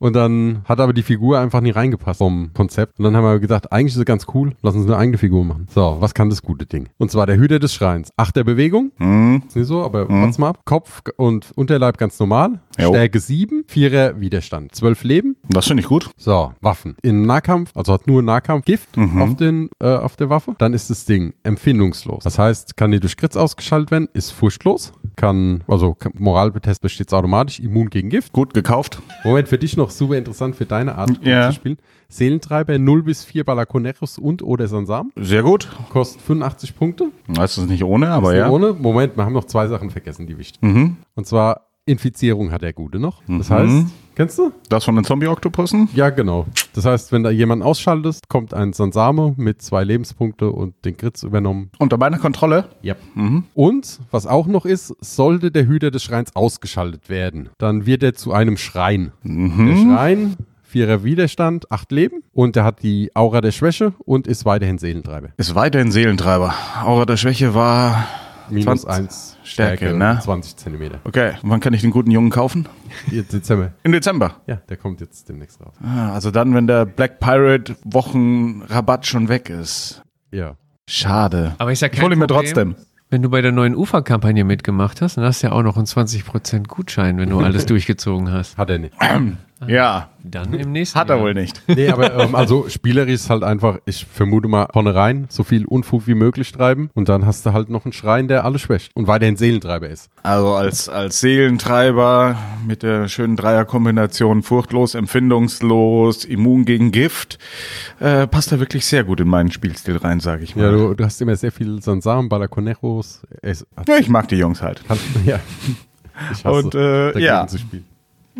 Speaker 1: Und dann hat aber die Figur einfach nie reingepasst vom Konzept. Und dann haben wir gedacht, eigentlich ist sie ganz cool, lass uns eine eigene Figur machen. So, was kann das gute Ding? Und zwar der Hüter des Schreins. Acht der Bewegung,
Speaker 5: Hm.
Speaker 1: ist nicht so, aber wart's mal ab. Kopf und Unterleib ganz normal.
Speaker 5: Jo.
Speaker 1: Stärke 7, Vierer Widerstand. Zwölf Leben.
Speaker 5: Das finde ich gut.
Speaker 1: So, Waffen. Im Nahkampf, also hat nur Nahkampf Gift
Speaker 5: Mhm.
Speaker 1: auf, den, äh, auf der Waffe. Dann ist das Ding empfindungslos. Das heißt, kann nicht durch Kritz ausgeschaltet werden, ist furchtlos. Kann, also kann- Moraltest besteht automatisch, immun gegen Gift.
Speaker 5: Gut gekauft.
Speaker 1: Moment, für dich noch super interessant für deine Art um
Speaker 5: Ja.
Speaker 1: zu spielen. Seelentreiber 0 bis 4 Balaconeros und oder Sansam.
Speaker 5: Sehr gut.
Speaker 1: Kostet 85 Punkte.
Speaker 5: Das ist nicht ohne, aber
Speaker 1: Ist
Speaker 5: ja.
Speaker 1: nur Ohne. Moment, wir haben noch zwei Sachen vergessen, die wichtig sind.
Speaker 5: Mhm.
Speaker 1: Und zwar Infizierung hat der Gute noch. Das heißt, kennst du?
Speaker 5: Das von den Zombie-Oktopussen?
Speaker 1: Ja, genau. Das heißt, wenn da jemand ausschaltest, kommt ein Sansame mit zwei Lebenspunkte und den Gritz übernommen.
Speaker 5: Unter meiner Kontrolle?
Speaker 1: Yep.
Speaker 5: Mhm.
Speaker 1: Und, was auch noch ist, sollte der Hüter des Schreins ausgeschaltet werden, dann wird er zu einem Schrein.
Speaker 5: Mhm.
Speaker 1: Der Schrein, vierer Widerstand, acht Leben und er hat die Aura der Schwäche und ist weiterhin Seelentreiber.
Speaker 5: Ist weiterhin Seelentreiber. Aura der Schwäche war.
Speaker 1: Minus
Speaker 5: 20
Speaker 1: eins Stärke,
Speaker 5: Stärke, ne?
Speaker 1: 20 Zentimeter.
Speaker 5: Okay, und wann kann ich den guten Jungen kaufen?
Speaker 1: Jetzt Dezember.
Speaker 5: Im Dezember.
Speaker 1: Ja, der kommt jetzt demnächst raus.
Speaker 5: Ah, Also dann, wenn der Black Pirate Wochenrabatt schon weg ist.
Speaker 1: Ja.
Speaker 5: Schade.
Speaker 2: Aber ist ja kein
Speaker 5: ich hole ihn mir
Speaker 2: Problem.
Speaker 5: trotzdem.
Speaker 2: Wenn du bei der neuen Uferkampagne mitgemacht hast, dann hast du ja auch noch einen 20% Gutschein, wenn
Speaker 1: *laughs*
Speaker 2: du alles durchgezogen hast.
Speaker 1: Hat er nicht.
Speaker 5: Ja,
Speaker 2: Dann im nächsten
Speaker 5: hat er
Speaker 2: Jahr.
Speaker 5: wohl nicht.
Speaker 1: Nee, aber ähm, also spielerisch ist halt einfach, ich vermute mal, vorne rein, so viel Unfug wie möglich treiben und dann hast du halt noch einen Schrein, der alle schwächt und weiterhin Seelentreiber ist.
Speaker 5: Also als, als Seelentreiber mit der schönen Dreierkombination furchtlos, empfindungslos, immun gegen Gift, äh, passt er wirklich sehr gut in meinen Spielstil rein, sage ich
Speaker 1: Ja,
Speaker 5: mal.
Speaker 1: du, du hast immer sehr viel Sansam, Balaconeros. Es,
Speaker 5: Ja, ich mag die Jungs halt.
Speaker 1: Kannst, *laughs* ja. Ich
Speaker 5: Und, äh,
Speaker 1: dagegen
Speaker 5: ja.
Speaker 1: zu spielen.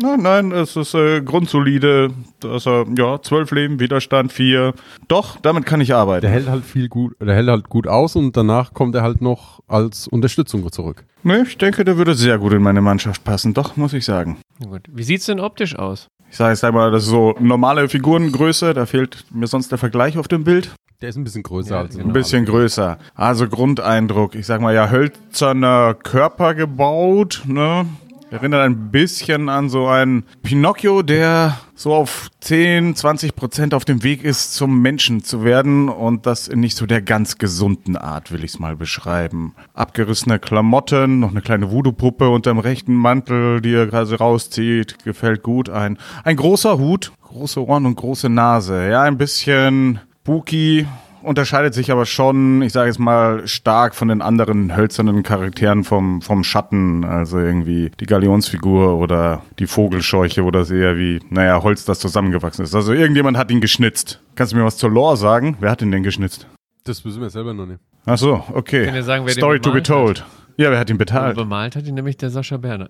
Speaker 5: Nein, nein, es ist äh, grundsolide. Also, ja, zwölf Leben, Widerstand vier. Doch, damit kann ich arbeiten.
Speaker 1: Der hält halt viel gut, der hält halt gut aus und danach kommt er halt noch als Unterstützung zurück.
Speaker 5: Nee, ich denke, der würde sehr gut in meine Mannschaft passen. Doch, muss ich sagen.
Speaker 2: Na Gut. Wie sieht's denn optisch aus?
Speaker 5: Ich sage jetzt einmal, das ist so normale Figurengröße. Da fehlt mir sonst der Vergleich auf dem Bild.
Speaker 1: Der ist ein bisschen größer
Speaker 2: Ja,
Speaker 1: als
Speaker 2: genau.
Speaker 5: Ein bisschen größer. Also Grundeindruck. Ich sag mal ja, hölzerner Körper gebaut, ne? Erinnert ein bisschen an so einen Pinocchio, der so auf 10, 20 Prozent auf dem Weg ist, zum Menschen zu werden. Und das in nicht so der ganz gesunden Art, will ich es mal beschreiben. Abgerissene Klamotten, noch eine kleine Voodoo-Puppe unterm rechten Mantel, die er gerade rauszieht. Gefällt gut ein. Ein großer Hut, große Ohren und große Nase. Ja, ein bisschen Buki, unterscheidet sich aber schon, ich sage jetzt mal, stark von den anderen hölzernen Charakteren vom, vom Schatten. Also irgendwie die Galionsfigur oder die Vogelscheuche oder so eher wie, naja, Holz, das zusammengewachsen ist. Also irgendjemand hat ihn geschnitzt. Kannst du mir was zur Lore sagen? Wer hat ihn denn geschnitzt?
Speaker 1: Das wissen wir selber noch nicht.
Speaker 5: Ach so, okay.
Speaker 2: Kann dir sagen, wer den
Speaker 5: Story to be
Speaker 2: bemalt
Speaker 5: told. Ja, wer hat ihn
Speaker 2: Und
Speaker 5: betalt?
Speaker 2: bemalt hat ihn nämlich der Sascha Bernhard.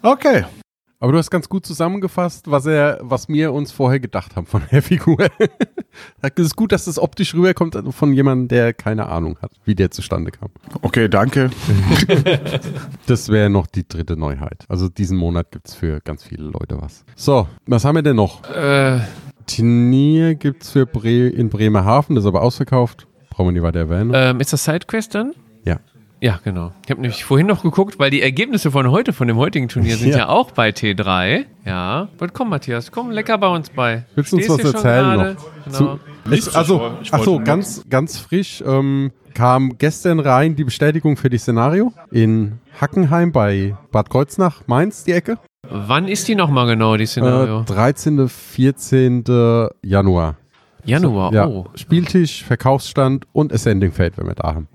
Speaker 5: Okay.
Speaker 1: Aber du hast ganz gut zusammengefasst, was er, was wir uns vorher gedacht haben von *laughs* der Figur. es ist gut, dass das optisch rüberkommt von jemandem, der keine Ahnung hat, wie der zustande kam.
Speaker 5: Okay, danke.
Speaker 1: Das wäre noch die dritte Neuheit. Also diesen Monat gibt's für ganz viele Leute was. So, was haben wir denn noch?
Speaker 2: *laughs* äh,
Speaker 1: Turnier gibt's für Bre in Bremerhaven, das ist aber ausverkauft. Brauchen wir nicht weiter erwähnen.
Speaker 2: ähm, ist das Sidequest dann?
Speaker 1: Ja.
Speaker 2: Ja, genau. Ich habe nämlich vorhin noch geguckt, weil die Ergebnisse von heute, von dem heutigen Turnier, sind
Speaker 1: *laughs*
Speaker 2: ja,
Speaker 1: Ja.
Speaker 2: auch bei T3. Ja. Aber komm, Matthias, komm lecker bei uns bei.
Speaker 1: Willst du uns
Speaker 2: Stehst
Speaker 1: was
Speaker 2: hier schon
Speaker 1: erzählen
Speaker 2: gerade?
Speaker 1: noch? Zu,
Speaker 2: Genau.
Speaker 1: es, also,
Speaker 4: ich
Speaker 1: ach so,
Speaker 4: wollte
Speaker 1: ganz, ganz frisch ähm, kam gestern rein die Bestätigung für die Szenario in Hackenheim bei Bad Kreuznach, Mainz, die Ecke.
Speaker 2: Wann ist die nochmal genau, die Szenario?
Speaker 1: Äh, 13. 14. Januar.
Speaker 2: Januar,
Speaker 1: Ja.
Speaker 2: oh.
Speaker 1: Spieltisch, Verkaufsstand und Ascending Fate, wenn wir da haben.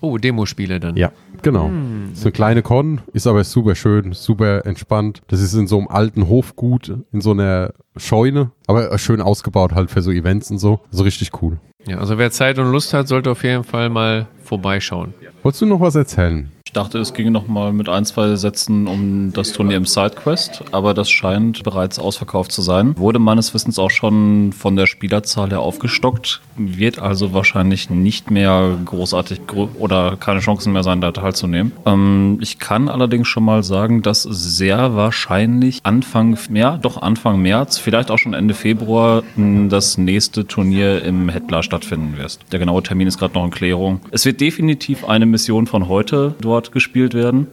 Speaker 2: Oh, Demospiele dann.
Speaker 1: Ja, genau. So eine kleine Con, ist aber super schön, super entspannt. Das ist in so einem alten Hofgut, in so einer Scheune, aber schön ausgebaut halt für so Events und so. Also richtig cool.
Speaker 2: Ja, also wer Zeit und Lust hat, sollte auf jeden Fall mal vorbeischauen.
Speaker 1: Wolltest du noch was erzählen?
Speaker 4: Ich dachte, es ginge noch mal mit ein, zwei Sätzen um das Turnier im Sidequest, aber das scheint bereits ausverkauft zu sein. Wurde meines Wissens auch schon von der Spielerzahl her aufgestockt, wird also wahrscheinlich nicht mehr großartig gro oder keine Chancen mehr sein, da teilzunehmen. Ähm, ich kann allerdings schon mal sagen, dass sehr wahrscheinlich Anfang, ja, doch Anfang März, vielleicht auch schon Ende Februar, m, das nächste Turnier im Hettler stattfinden wird. Der genaue Termin ist gerade noch in Klärung. Es wird definitiv eine Mission von heute dort gespielt werden.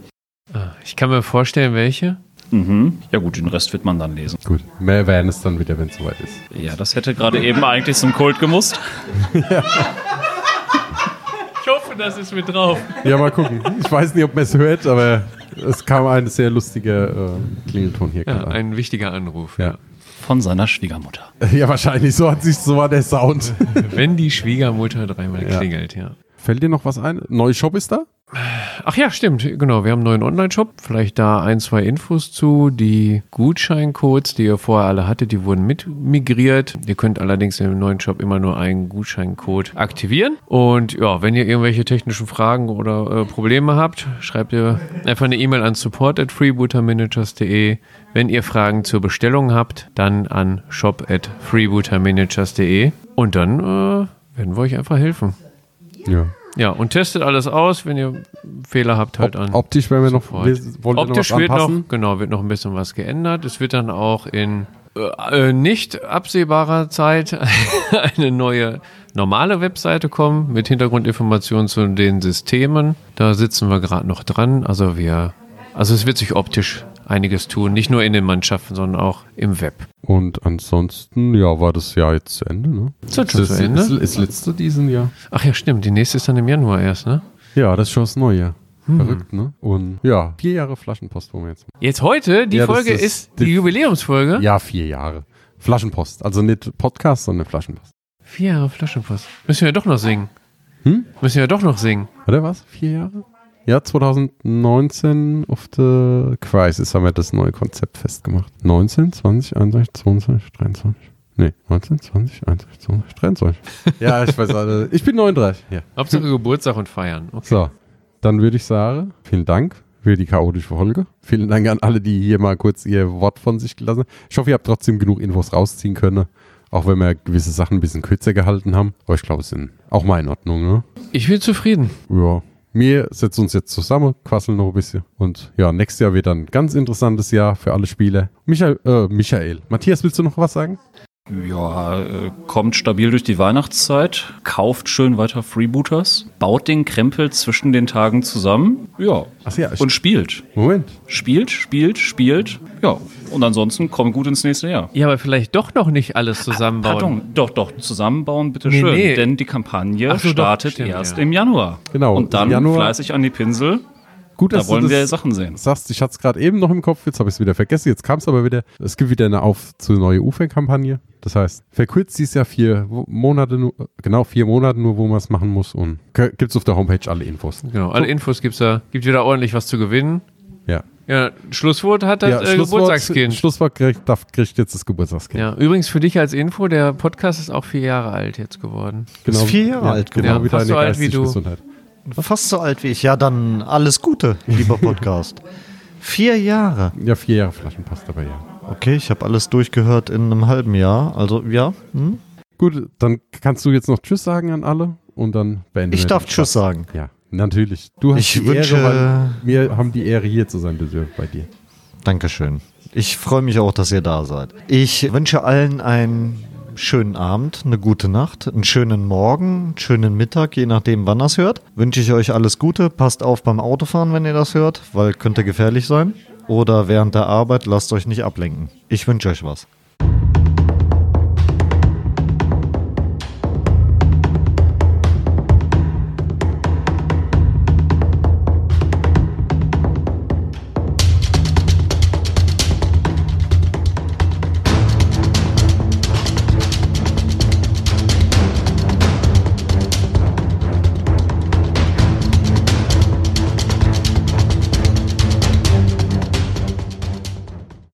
Speaker 2: Ah, Ich kann mir vorstellen, welche.
Speaker 4: Mhm. Ja gut, den Rest wird man dann lesen.
Speaker 1: Gut, mehr erwähnen es dann wieder, wenn es soweit ist.
Speaker 4: Ja, das hätte gerade eben eigentlich zum
Speaker 2: *laughs*
Speaker 4: Kult gemusst.
Speaker 2: Ich hoffe, das ist mit drauf.
Speaker 1: Ja, mal gucken. Ich weiß nicht, ob man es hört, aber es kam ein sehr lustiger äh, Klingelton hier
Speaker 2: Ja,
Speaker 1: gerade. an.
Speaker 2: ein wichtiger Anruf.
Speaker 1: Ja.
Speaker 4: Von seiner Schwiegermutter.
Speaker 1: ja, wahrscheinlich. So hat sich so war der Sound.
Speaker 2: Wenn die Schwiegermutter dreimal klingelt, ja.
Speaker 1: *laughs* Fällt dir noch was ein? Neuer Shop ist da?
Speaker 2: Ach ja, stimmt, genau. Wir haben einen neuen Online-Shop. Vielleicht da ein, zwei Infos zu. Die Gutscheincodes, die ihr vorher alle hattet, die wurden mit migriert. Ihr könnt allerdings im neuen Shop immer nur einen Gutscheincode aktivieren. Und ja, wenn ihr irgendwelche technischen Fragen oder äh, Probleme habt, schreibt ihr einfach eine E-Mail an support at freebootermanagers.de. Wenn ihr Fragen zur Bestellung habt, dann an shop at freebootermanagers.de. Und dann äh, werden wir euch einfach helfen.
Speaker 1: Ja.
Speaker 2: Ja, und testet alles aus, wenn ihr Fehler habt, halt an.
Speaker 1: Optisch werden wir noch,
Speaker 2: Sofort.
Speaker 1: wir- wollen wir noch
Speaker 2: Optisch
Speaker 1: was
Speaker 2: wird
Speaker 1: anpassen?
Speaker 2: noch, genau, wird noch ein bisschen was geändert. Es wird dann auch in äh, äh, nicht absehbarer Zeit *laughs* eine neue normale Webseite kommen mit Hintergrundinformationen zu den Systemen. Da sitzen wir gerade noch dran. Also wir, also es wird sich optisch einiges tun, nicht nur in den Mannschaften, sondern auch im Web.
Speaker 1: Und ansonsten, ja, war das Jahr jetzt zu Ende, ne?
Speaker 2: Ist das schon
Speaker 1: Ist-
Speaker 2: zu Ende?
Speaker 1: Ist, ist letzte diesen Jahr.
Speaker 2: Ach ja, stimmt. Die nächste ist dann im Januar erst, ne?
Speaker 1: Ja, das ist schon das neue Jahr.
Speaker 2: Mhm.
Speaker 1: Verrückt, ne? Und ja, vier Jahre Flaschenpost, wo wir jetzt
Speaker 2: Jetzt heute, die
Speaker 1: Ja, das
Speaker 2: Folge
Speaker 1: ist-
Speaker 2: ist die
Speaker 1: die-
Speaker 2: Jubiläumsfolge.
Speaker 1: Ja, vier Jahre. Flaschenpost. Also nicht Podcast, sondern Flaschenpost.
Speaker 2: Vier Jahre Flaschenpost. Müssen wir doch noch singen.
Speaker 1: Hm?
Speaker 2: Müssen wir doch noch singen.
Speaker 1: Oder was? Vier Jahre? Ja, 2019 auf der Crisis haben wir das neue Konzept festgemacht. 19, 20, 21, 22, 23. Nee, 19, 20, 21, 22, 23. Ja, ich weiß alle. Ich bin 39. Ja.
Speaker 2: Hauptsache Geburtstag und feiern. Okay.
Speaker 1: So, dann würde ich sagen, vielen Dank für die chaotische Folge. Vielen Dank an alle, die hier mal kurz ihr Wort von sich gelassen haben. Ich hoffe, ihr habt trotzdem genug Infos rausziehen können, auch wenn wir gewisse Sachen ein bisschen kürzer gehalten haben. Aber ich glaube, es sind auch mal in Ordnung, ne?
Speaker 2: Ich bin zufrieden.
Speaker 1: Ja. Wir setzen uns jetzt zusammen, quasseln noch ein bisschen. Und ja, nächstes Jahr wird dann ein ganz interessantes Jahr für alle Spieler. Michael, äh, Michael. Matthias, willst du noch was sagen?
Speaker 4: Ja, äh, kommt stabil durch die Weihnachtszeit, kauft schön weiter Freebooters, baut den Krempel zwischen den Tagen zusammen. Ja.
Speaker 1: Ach ja,
Speaker 4: Und spielt.
Speaker 1: Moment.
Speaker 4: Spielt, spielt, spielt. Ja. Und ansonsten kommt gut ins nächste Jahr.
Speaker 2: Ja, aber vielleicht doch noch nicht alles zusammenbauen.
Speaker 4: Pardon, doch, doch, zusammenbauen bitte
Speaker 2: Nee,
Speaker 4: schön,
Speaker 2: nee.
Speaker 4: denn die Kampagne
Speaker 2: Ach so, doch,
Speaker 4: startet
Speaker 2: stimmt,
Speaker 4: erst
Speaker 2: ja.
Speaker 4: im Januar.
Speaker 1: Genau,
Speaker 4: Und dann
Speaker 1: Januar-
Speaker 4: fleißig an die Pinsel,
Speaker 1: Gut,
Speaker 4: Da wollen
Speaker 1: du
Speaker 4: wir
Speaker 1: das
Speaker 4: Sachen sehen.
Speaker 1: sagst. Ich hatte es gerade eben noch im Kopf, jetzt habe ich es wieder vergessen. Jetzt kam es aber wieder. Es gibt wieder eine auf zu neue UFA-Kampagne. Das heißt, verkürzt dieses Jahr vier Wo- Monate, nur, genau vier Monate nur, wo man es machen muss. Und gibt es auf der Homepage alle Infos.
Speaker 2: Genau, alle Infos gibt's da. Gibt wieder ordentlich was zu gewinnen. Äh,
Speaker 1: Ja.
Speaker 2: Ja, Schlusswort hat das äh, Geburtstagskind.
Speaker 1: Schlusswort kriegt, darf, kriegt jetzt das Geburtstagskind.
Speaker 2: ja, übrigens für dich als Info, der Podcast ist auch vier Jahre alt jetzt geworden.
Speaker 1: Genau,
Speaker 3: Ist vier Jahre alt
Speaker 1: Genau
Speaker 2: geworden.
Speaker 1: wie
Speaker 2: Ja, fast
Speaker 1: deine
Speaker 2: so alt wie
Speaker 1: geistige
Speaker 2: du.
Speaker 1: Gesundheit.
Speaker 3: Fast so alt wie ich. Ja, dann alles Gute,
Speaker 1: *laughs*
Speaker 3: lieber Podcast. Vier Jahre.
Speaker 1: Ja, vier Jahre Flaschenpost dabei, ja.
Speaker 3: Okay, ich habe alles durchgehört in einem halben Jahr. Also ja, hm?
Speaker 1: Gut, dann kannst du jetzt noch Tschüss sagen an alle und dann beenden
Speaker 3: ich
Speaker 1: wir
Speaker 3: darf
Speaker 1: den
Speaker 3: Tschüss sagen.
Speaker 1: Ja, natürlich. Du hast
Speaker 3: Ich
Speaker 1: die
Speaker 3: wünsche-
Speaker 1: Ehre, weil wir haben die Ehre, hier zu sein dürfen bei dir.
Speaker 3: Dankeschön. Ich freue mich auch, dass ihr da seid. Ich wünsche allen einen schönen Abend, eine gute Nacht, einen schönen Morgen, einen schönen Mittag, je nachdem, wann ihr es hört. Wünsche ich euch alles Gute. Passt auf beim Autofahren, wenn ihr das hört, weil könnte gefährlich sein. Oder während der Arbeit, lasst euch nicht ablenken. Ich wünsche euch was.